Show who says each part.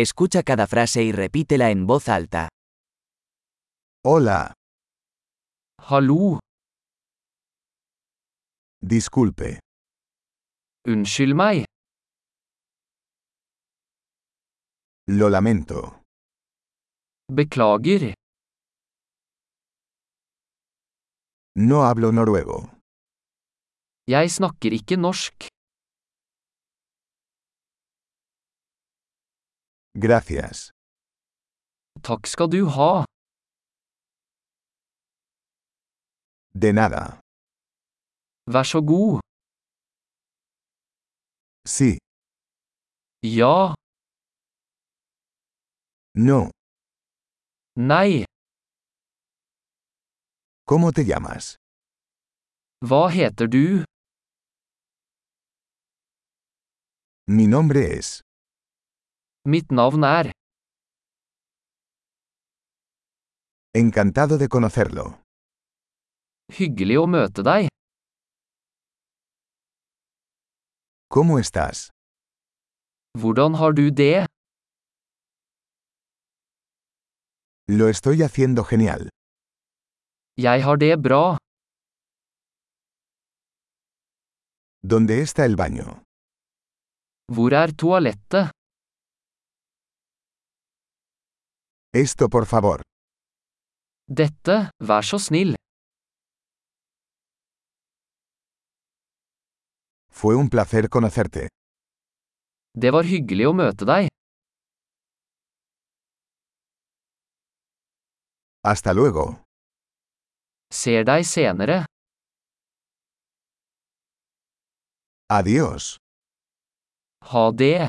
Speaker 1: Escucha cada frase y repítela en voz alta.
Speaker 2: Hola,
Speaker 3: Hallo,
Speaker 2: disculpe,
Speaker 3: unnskyld meg,
Speaker 2: lo lamento.
Speaker 3: beklager,
Speaker 2: No hablo noruego.
Speaker 3: jeg snakker ikke norsk,
Speaker 2: Gracias.
Speaker 3: takk skal du ha,
Speaker 2: De nada.
Speaker 3: vær så god,
Speaker 2: Sí,
Speaker 3: ja,
Speaker 2: no.
Speaker 3: nei,
Speaker 2: ¿Cómo te llamas?
Speaker 3: hva heter du,
Speaker 2: Mi nombre es.
Speaker 3: mitt navn er,
Speaker 2: Encantado de conocerlo.
Speaker 3: hyggelig å møte deg,
Speaker 2: ¿Cómo estás?
Speaker 3: hvordan har du det,
Speaker 2: Lo estoy haciendo genial.
Speaker 3: jeg har det bra,
Speaker 2: ¿Dónde está el baño?
Speaker 3: hvor er toalettet,
Speaker 2: Esto, por favor.
Speaker 3: dette, vær så snill,
Speaker 2: Fue un placer conocerte.
Speaker 3: det var hyggelig å møte deg,
Speaker 2: Hasta luego.
Speaker 3: ser deg senere,
Speaker 2: Adiós.
Speaker 3: ha det.